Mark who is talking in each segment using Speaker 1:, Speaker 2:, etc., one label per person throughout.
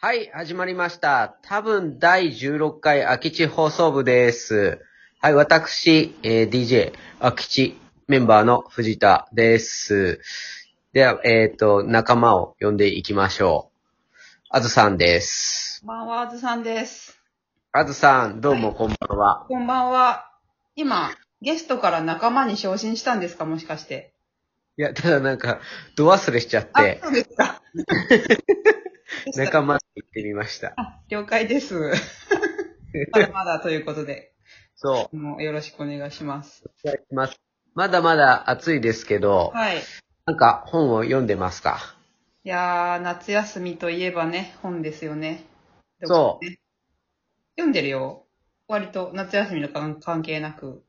Speaker 1: はい、始まりました。多分第16回空き地放送部です。はい、私、えー DJ 空き地メンバーの藤田です。では、えっ、と、仲間を呼んでいきましょう。あずさんです。
Speaker 2: こんばんは、あずさんです。
Speaker 1: あずさん、どうもこんばんは。
Speaker 2: こんばんは。今、ゲストから仲間に昇進したんですかもしかして。
Speaker 1: いや、ただなんか、ド忘れしちゃって、
Speaker 2: そうですか。
Speaker 1: 仲間って言ってみました。
Speaker 2: 了解 です。まだまだということで、
Speaker 1: そう。
Speaker 2: もうよろしくお願いします。
Speaker 1: お願いします。まだまだ暑いですけど、
Speaker 2: はい。い
Speaker 1: なんか本を読んでますか
Speaker 2: やー、夏休みといえばね、本ですよね。。
Speaker 1: そう
Speaker 2: 読んでるよ。割と夏休みとか関係なく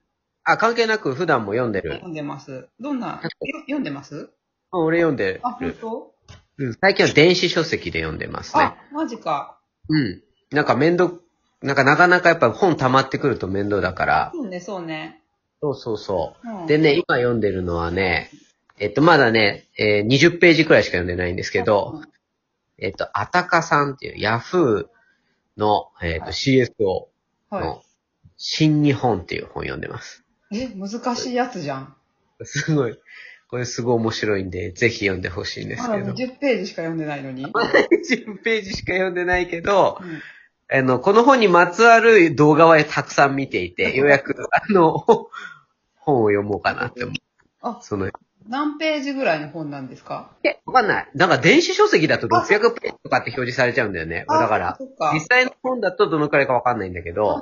Speaker 1: あ、関係なく普段も読んでる。
Speaker 2: 読んでます。どんな、よ読んでます
Speaker 1: あ俺読んで
Speaker 2: あ、本
Speaker 1: る。
Speaker 2: 当
Speaker 1: うん、最近は電子書籍で読んでますね
Speaker 2: あ。、マジか。
Speaker 1: うん。なんかめんど、なんかなかなかやっぱ本溜まってくると面倒だから。
Speaker 2: そうね、そうね。
Speaker 1: そうそうそうう。
Speaker 2: ん
Speaker 1: でね、今読んでるのはね、えっと、まだね、えー20ページくらいしか読んでないんですけど、、えっと、アタカさんっていうヤフーの、えっと、CSO
Speaker 2: はい。
Speaker 1: の新日本っていう本読んでます。
Speaker 2: え、難しいやつじゃん。
Speaker 1: すごい。これすごい面白いんで、ぜひ読んでほしいんです
Speaker 2: ま
Speaker 1: け
Speaker 2: だ
Speaker 1: ど。
Speaker 2: 20ページしか読んでないのに。うん
Speaker 1: 20ページしか読んでないけど、あの、この本にまつわる動画はたくさん見ていて、ようやく、あの、本を読もうかなって思う。
Speaker 2: あ、
Speaker 1: その、
Speaker 2: 何ページぐらいの本なんですか
Speaker 1: え、わかんない。なんか電子書籍だと600ページとかって表示されちゃうんだよね。
Speaker 2: あ
Speaker 1: だから
Speaker 2: そ、っか
Speaker 1: 実。際の本だとどのくらいかわかんないんだけ
Speaker 2: うん。
Speaker 1: ど、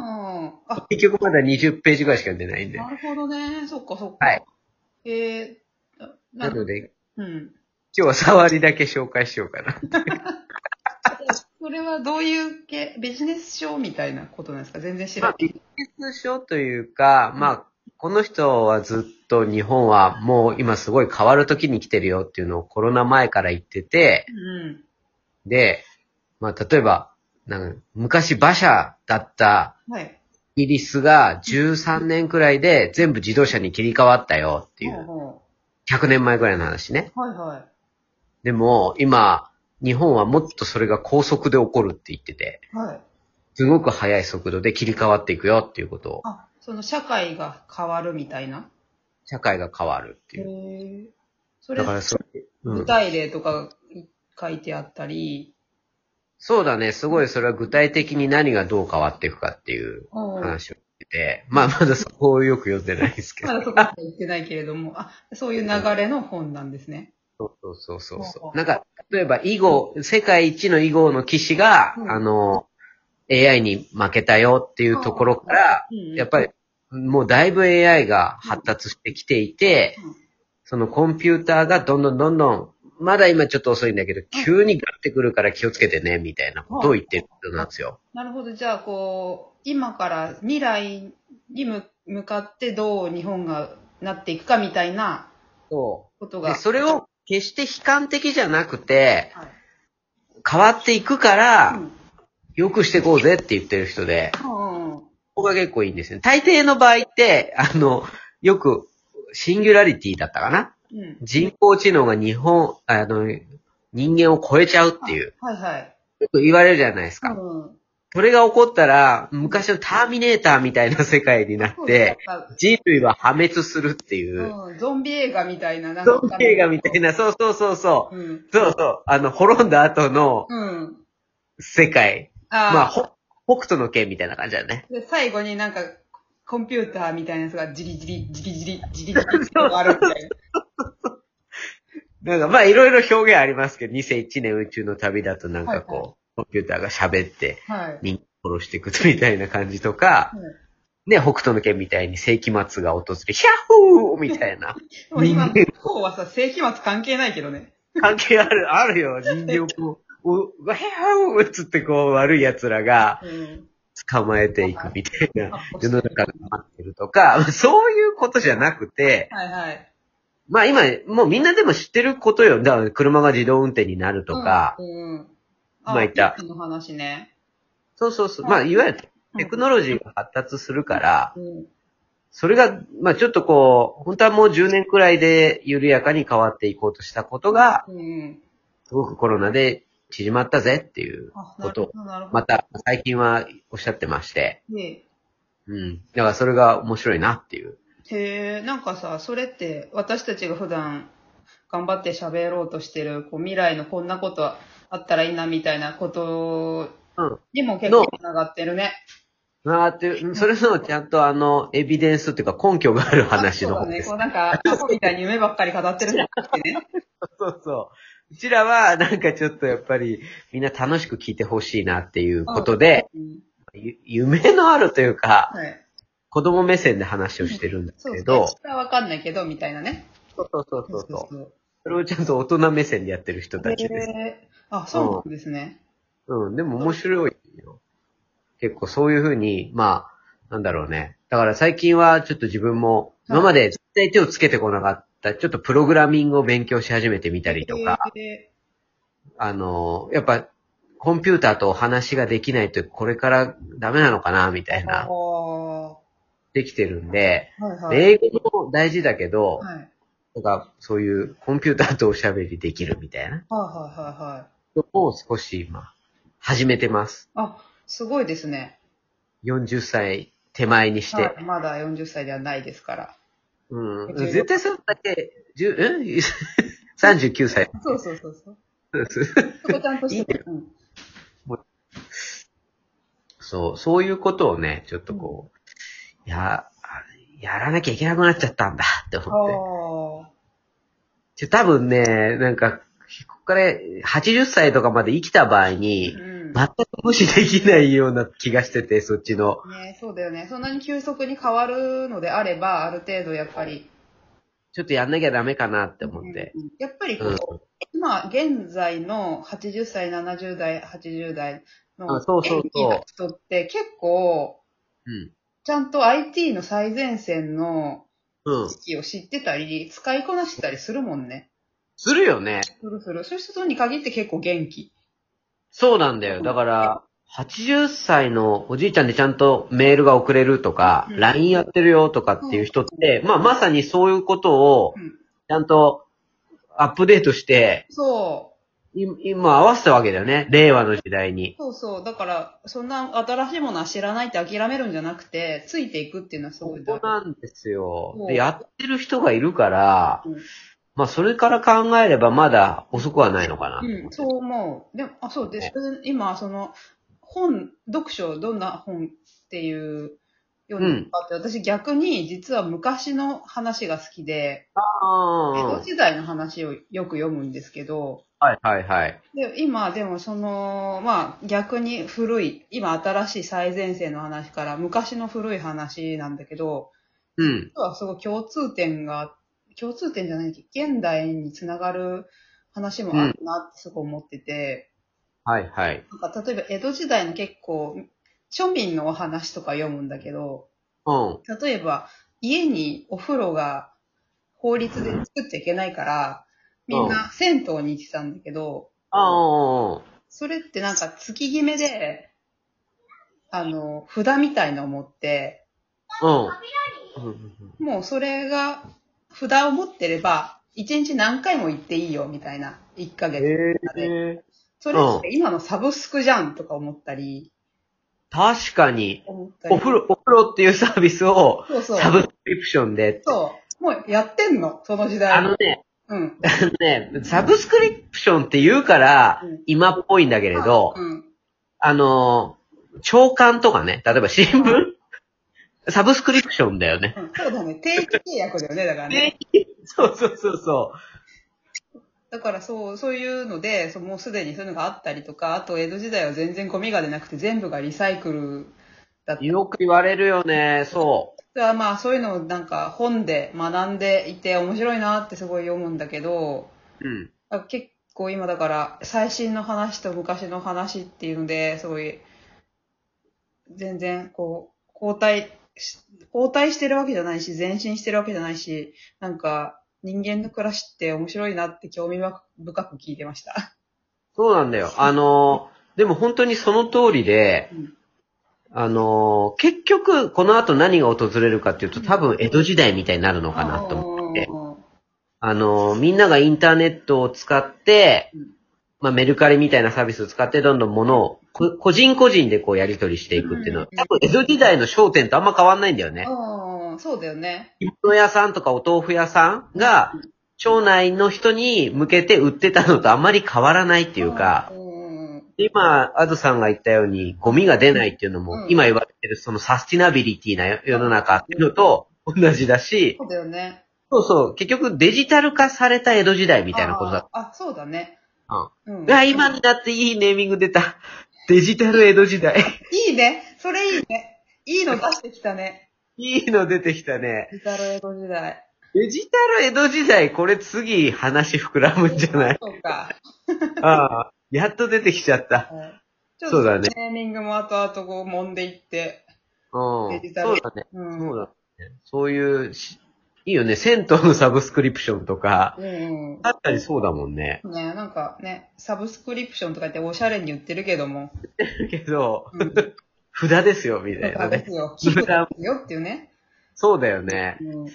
Speaker 2: あ、
Speaker 1: 結局まだ20ページぐらいしか読んでないんで。
Speaker 2: な
Speaker 1: は
Speaker 2: るほどね。そっかそっか。
Speaker 1: い。
Speaker 2: えー、あ
Speaker 1: な
Speaker 2: な
Speaker 1: ので、
Speaker 2: うん。
Speaker 1: 今日は触りだけ紹介しようかな。
Speaker 2: それはどういう系、ビジネス書みたいなことなんですか全然知
Speaker 1: ま
Speaker 2: ら
Speaker 1: あ
Speaker 2: な、い。
Speaker 1: ビジネス書というか、まあ、この人はずっと日本はもう今すごい変わる時に来てるよっていうのをコロナ前から言ってて、
Speaker 2: うん。
Speaker 1: で、まあ、例えば、なんか昔馬車だった
Speaker 2: はい。
Speaker 1: イギリスが13年くらいで全部自動車に切り替わったよってい
Speaker 2: ほう
Speaker 1: う、
Speaker 2: ほ
Speaker 1: 100年前くらいの話ね。
Speaker 2: うはいは
Speaker 1: でも、今、日本はもっとそれが高速で起こるって言ってて、
Speaker 2: い。はい。
Speaker 1: すごく速い速度で切り替わっていくよっていうことを、
Speaker 2: あ、その社会が変わるみたいな。
Speaker 1: 社会が変わるって
Speaker 2: へ
Speaker 1: いう。
Speaker 2: え。それ
Speaker 1: だか、らそれ、うん
Speaker 2: 具体例とか書いてあったり、
Speaker 1: そうだね、すごいそれは具体的に何がどう変わっていくかっていう
Speaker 2: うん
Speaker 1: 話をしてて、まあまだそこをよく読んでないですけ
Speaker 2: ま
Speaker 1: ど。
Speaker 2: だそこまで言ってないけれども、あ、そういう流れの本なんですね。
Speaker 1: そうそうそう
Speaker 2: ほう
Speaker 1: そ
Speaker 2: ほ
Speaker 1: う。
Speaker 2: う
Speaker 1: なんか、例えば囲碁、世界一の囲碁の棋士が、
Speaker 2: うん
Speaker 1: あの、AI に負けたよっていうところから、やっぱり、もうだいぶ AI が発達してきていて
Speaker 2: うん、
Speaker 1: そのコンピューターがどんどんどんどん、まだ今ちょっと遅いんだけど、急にガッてくるから気をつけてね、みたいなことを言ってる人なんですよ。
Speaker 2: なるほど。じゃあ、こう、今から未来にむ向かってどう日本がなっていくかみたいな
Speaker 1: そう。
Speaker 2: こと
Speaker 1: で、
Speaker 2: が。
Speaker 1: それを決して悲観的じゃなくて、
Speaker 2: はい
Speaker 1: 変わっていくか
Speaker 2: う
Speaker 1: ら、
Speaker 2: ん
Speaker 1: 良くしていこうぜって言ってる人で、
Speaker 2: うんうん
Speaker 1: ここが結構いいんですね。大抵の場合って、あの、よく、シンギュラリティだったかな
Speaker 2: うん。
Speaker 1: 人工知能が日本、あの、人間を超えちゃうっていう、
Speaker 2: はいはい。
Speaker 1: よく言われるじゃないです
Speaker 2: う
Speaker 1: か。
Speaker 2: ん。
Speaker 1: それが起こったら、昔のターミネーターみたいな世界になっ
Speaker 2: そう
Speaker 1: て、
Speaker 2: やっぱ
Speaker 1: 人類は破滅するっていう、
Speaker 2: うん、ゾンビ映画みたいな、なん
Speaker 1: ゾンビ映画みた
Speaker 2: い
Speaker 1: いな、そうそうそうそ
Speaker 2: な。うん
Speaker 1: う。。そうそう、あの、滅んだ後の、
Speaker 2: うん。
Speaker 1: 世界。
Speaker 2: あ
Speaker 1: まあ、
Speaker 2: あ、
Speaker 1: ほ北斗の剣みたいな感じだね。
Speaker 2: で最後になんか、コンピューターみたいなやつがじりじり、じりじり、じりじりって終わる みたいな。
Speaker 1: なんか、まあ、いろいろ表現ありますけど、2001年宇宙の旅だとなんかこう、
Speaker 2: はい
Speaker 1: コンピューターが喋って、
Speaker 2: はい。
Speaker 1: 人間を殺していくみたいな感じとか、
Speaker 2: うん
Speaker 1: ね、北斗の剣みたいに世紀末が訪れ、ヒャッホーみたいな。
Speaker 2: でも今、
Speaker 1: 人間
Speaker 2: 向こうはさ、世紀末関係ないけどね。
Speaker 1: 関係ある、あるよ。人間をこう、うわヒャッホーっつってこう、悪い奴らが
Speaker 2: うん。
Speaker 1: 捕まえていくみたいな
Speaker 2: あ
Speaker 1: 世の中が待ってるとか、そういうことじゃなくて、
Speaker 2: はいはい。
Speaker 1: まあ今、もうみんなでも知ってることよ。だから車が自動運転になるとか。
Speaker 2: うん。うん、
Speaker 1: まあいた
Speaker 2: あの話ね。
Speaker 1: そうそうそう。
Speaker 2: うん
Speaker 1: まあいわゆるテクノロジーが発達するから、それが、まあちょっとこう、本当はもう10年くらいで緩やかに変わっていこうとしたことが、
Speaker 2: うん。うん。
Speaker 1: すごくコロナで縮まったぜっていう
Speaker 2: あ、な
Speaker 1: こ
Speaker 2: る
Speaker 1: とを
Speaker 2: ほ、ど、なるほ
Speaker 1: ま
Speaker 2: ど。
Speaker 1: た最近はおっしゃってまして、
Speaker 2: で
Speaker 1: うん。だからそれが面白いなっていう。
Speaker 2: へえ、なんかさ、それって私たちが普段頑張って喋ろうとしてる、こう未来のこんなことあったらいいなみたいなこと
Speaker 1: うん
Speaker 2: にも結構繋がってるね。
Speaker 1: なあっていう、うんそれのちゃんとあの、エビデンスっていうか根拠がある話の方
Speaker 2: あそうだ
Speaker 1: で
Speaker 2: ね。
Speaker 1: す。
Speaker 2: こうなんか、過去みたいに夢ばっかり語ってるんじゃなくてね。
Speaker 1: そうそう。うちらは、なんかちょっとやっぱり、みんな楽しく聞いてほしいなっていうことで、
Speaker 2: うん
Speaker 1: ゆ夢のあるというか、
Speaker 2: はい。
Speaker 1: 子供目線で話をしてるんだ
Speaker 2: そう
Speaker 1: け
Speaker 2: そう。
Speaker 1: ど、
Speaker 2: 明日はわかんないけど、みたいなね。
Speaker 1: そうそうそうそうそう。
Speaker 2: う。
Speaker 1: それをちゃんと大人目線でやってる人たちです。
Speaker 2: へえあ、そうなんですね。
Speaker 1: うん、でも面白いよ。結構そういうふうに、まあ、なんだろうね。だから最近はちょっと自分も、
Speaker 2: はい
Speaker 1: 今まで絶対手をつけてこなかった、ちょっとプログラミングを勉強し始めてみたりとか、
Speaker 2: へえ
Speaker 1: あの、やっぱ、コンピューターとお話ができないとこれからダメなのかな、みたい
Speaker 2: あ
Speaker 1: な
Speaker 2: ー、は
Speaker 1: できてるんで、
Speaker 2: いはい。
Speaker 1: 英語も大事だけど、
Speaker 2: はい。はい
Speaker 1: なんかそういうコンピューターとおしゃべりできるみたいな
Speaker 2: はいはいはい。
Speaker 1: のを少し今、始めてます。
Speaker 2: あ、すごいですね。
Speaker 1: 40歳手前にして。
Speaker 2: はいまだ40歳ではないですから。
Speaker 1: うん。
Speaker 2: 16
Speaker 1: 絶対そうだけ、十、うん ?39 歳。
Speaker 2: そうそうそうそう。
Speaker 1: そう
Speaker 2: そこちゃんとしてる。うん
Speaker 1: そう、そういうことをね、ちょっとこう、や、やらなきゃいけなくなっちゃったんだって
Speaker 2: あ
Speaker 1: 思って。
Speaker 2: あ。
Speaker 1: ちょ多分ね、なんか、ここから80歳とかまで生きた場合に
Speaker 2: う、ん。
Speaker 1: 全く無視できないような気がしてて、そっちの。
Speaker 2: ね、そうだよね。そんなに急速に変わるのであれば、ある程度やっぱり。
Speaker 1: ちょっとやんなきゃダメかなって思って。
Speaker 2: うんやっぱりこ
Speaker 1: うん。
Speaker 2: う、今、現在の80歳、70代、80代の
Speaker 1: あそうそうそう
Speaker 2: 元気な人って結構、
Speaker 1: うん。
Speaker 2: ちゃんと IT の最前線の
Speaker 1: うん
Speaker 2: 知。識を知ってたり、使いこなしてたりするもんね。
Speaker 1: するよね。
Speaker 2: するする。そういう人に限って結構元気。
Speaker 1: そうなんだよ。だから、80歳のおじいちゃんでちゃんとメールが送れるとか、
Speaker 2: うん
Speaker 1: LINE やってるよとかっていう人って、まあまさにそういうことを
Speaker 2: うん、
Speaker 1: ちゃんとアップデートして、
Speaker 2: そう。
Speaker 1: い今合わせたわけだよね。令和の時代に。
Speaker 2: そうそう。だから、そんな新しいものは知らないって諦めるんじゃなくて、ついていくっていうのはす
Speaker 1: そ
Speaker 2: ごい
Speaker 1: こ
Speaker 2: 大事。
Speaker 1: なんですよ
Speaker 2: そ。う
Speaker 1: で、やってる人がいるから
Speaker 2: うん、
Speaker 1: まあそれから考えればまだ遅くはないのかなと
Speaker 2: う
Speaker 1: 思っ
Speaker 2: ん、
Speaker 1: て。
Speaker 2: そう思う。でも、あ、そうです。それで今、その、本、読書、どんな本っていうようになったかって、私逆に実は昔の話が好きで、
Speaker 1: あ
Speaker 2: 江戸
Speaker 1: ー
Speaker 2: 時代の話をよく読むんですけど、
Speaker 1: はいはいはい。
Speaker 2: で今、でもその、まあ逆に古い、今新しい最前線の話から昔の古い話なんだけど、
Speaker 1: うん。
Speaker 2: 実はすごい共通点が、共通点じゃないけど、現代につながる話もあるなってすごい思ってて、
Speaker 1: はいはい。
Speaker 2: なんか例えば江戸時代の結構、庶民のお話とか読むんだけど、
Speaker 1: うん。
Speaker 2: 例えば家にお風呂が法律で作っちゃいけないから、みんな銭湯に行ってたんだけど、
Speaker 1: ああ。
Speaker 2: それってなんか月決めで、あの、札みたいのを持って、
Speaker 1: うん。うん
Speaker 2: もうそれが、札を持ってれば、一日何回も行っていいよ、みたいな。一ヶ
Speaker 1: へ
Speaker 2: 月
Speaker 1: え
Speaker 2: とかで。それって今のサブスクじゃんとか思ったり、
Speaker 1: 確かに、
Speaker 2: 思ったり。
Speaker 1: お風呂、お風呂っていうサービスを
Speaker 2: そうそう。
Speaker 1: サブスクリプションで。
Speaker 2: そう。もうやってんの、その時
Speaker 1: あ
Speaker 2: 代。
Speaker 1: のね、
Speaker 2: うん。
Speaker 1: ね、サブスクリプションって言うから
Speaker 2: うん、
Speaker 1: 今っぽいんだけれど、
Speaker 2: うん。
Speaker 1: あの、朝刊とかね、例えば新聞サブスクリプションだよね。
Speaker 2: うんそうだね。定期契約だよね、だからね。
Speaker 1: ね そうそうそうそ
Speaker 2: だからそう、そういうので、そうもうすでにそういうのがあったりとか、あと江戸時代は全然ゴミが出なくて全部がリサイクルだった
Speaker 1: う。。よく言われるよね、そ
Speaker 2: だからまあそういうのをなんか本で学んでいて面白いなってすごい読むんだけど、
Speaker 1: う。うん。
Speaker 2: あ結構今だから最新の話と昔の話っていうので、すごい、全然こう、交代し、交代してるわけじゃないし、前進してるわけじゃないし、なんか人間の暮らしって面白いなって興味深く聞いてました。
Speaker 1: そうなんだよ。あの、でも本当にその通りで、
Speaker 2: うん
Speaker 1: あのー結局、この後何が訪れるかっていうと、多分江戸時代みたいになるのかなと思って。
Speaker 2: うんうんうんうん
Speaker 1: あのーみんながインターネットを使って
Speaker 2: うん、
Speaker 1: まあ、メルカリみたいなサービスを使ってどんどん物を、こ個人個人でこうやり取りしていくっていうのは
Speaker 2: う、ん
Speaker 1: 多分江戸時代の商店とあんま変わんないんだよね。
Speaker 2: ああ、そうだよね。
Speaker 1: 着物屋さんとかお豆腐屋さんが、町内の人に向けて売ってたのとあんまり変わらないっていうか、
Speaker 2: うんうんうん。
Speaker 1: 今、アドさんが言ったように、ゴミが出ないっていうのも、
Speaker 2: うん
Speaker 1: 今言われてるそのサスティナビリティな世の中っていうのと同じだし、
Speaker 2: そうだよね。
Speaker 1: そうそう、結局デジタル化された江戸時代みたいなことだっ
Speaker 2: あー。あ、そうだね。うん
Speaker 1: た。あ、今になっていいネーミング出た。デジタル江戸時代。
Speaker 2: いいね。それいいね。いいの出してきたね。
Speaker 1: いいの出てきたね。
Speaker 2: デジタル江戸時代。
Speaker 1: デジタル江戸時代、これ次話膨らむんじゃ ない
Speaker 2: そうか。
Speaker 1: ああ、やっと出てきちゃった。
Speaker 2: はいちょっ
Speaker 1: そうだ
Speaker 2: と
Speaker 1: ね
Speaker 2: ネーミングも後々こう揉んでいって。
Speaker 1: うん。
Speaker 2: デジタル
Speaker 1: そうだね。
Speaker 2: うん。
Speaker 1: そうだね。そういうし、いいよね。銭湯のサブスクリプションとか。
Speaker 2: うん
Speaker 1: 確かにそうだもんね。
Speaker 2: うん。ねなんかね、サブスクリプションとか言っておしゃれに言ってるけども。
Speaker 1: けど、
Speaker 2: うん。
Speaker 1: 札ですよ、みたい
Speaker 2: そ
Speaker 1: な
Speaker 2: うで
Speaker 1: ね。
Speaker 2: す よ。寄付ですよっていうね。
Speaker 1: そうだよね。
Speaker 2: うん。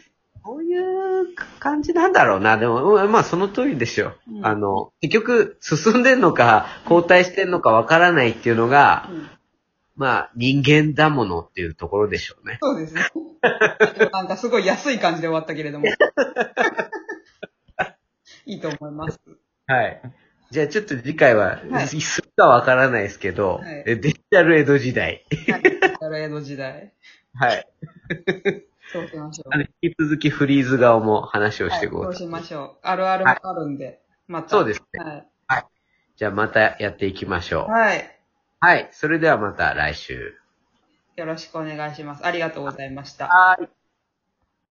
Speaker 1: そういう感じなんだろうな。でも、うんまあその通りでしょ。
Speaker 2: うん
Speaker 1: あの、結局、進んでんのか、後退してんのかわからないっていうのが、
Speaker 2: うん
Speaker 1: まあ人間だものっていうところでしょうね。
Speaker 2: そうですね。 なんかすごい安い感じで終わったけれ ども。いいと思います。
Speaker 1: はい。じゃあちょっと次回は、
Speaker 2: はい
Speaker 1: い、するかわからないですけど、
Speaker 2: はい
Speaker 1: えデジタル江戸時代。
Speaker 2: はい。デジタル江戸時代。
Speaker 1: はい。
Speaker 2: そうしましょ
Speaker 1: あ
Speaker 2: う。
Speaker 1: の引き続きフリーズ顔も話をし
Speaker 2: はい
Speaker 1: ていこうと。
Speaker 2: そうしましょう。あるあるもあるんで。また。
Speaker 1: そうですね。
Speaker 2: はい。
Speaker 1: じゃあまたやっていきましょう。
Speaker 2: はい。
Speaker 1: はい。それではまた来週。
Speaker 2: よろしくお願いします。ありがとうございました。
Speaker 1: はい。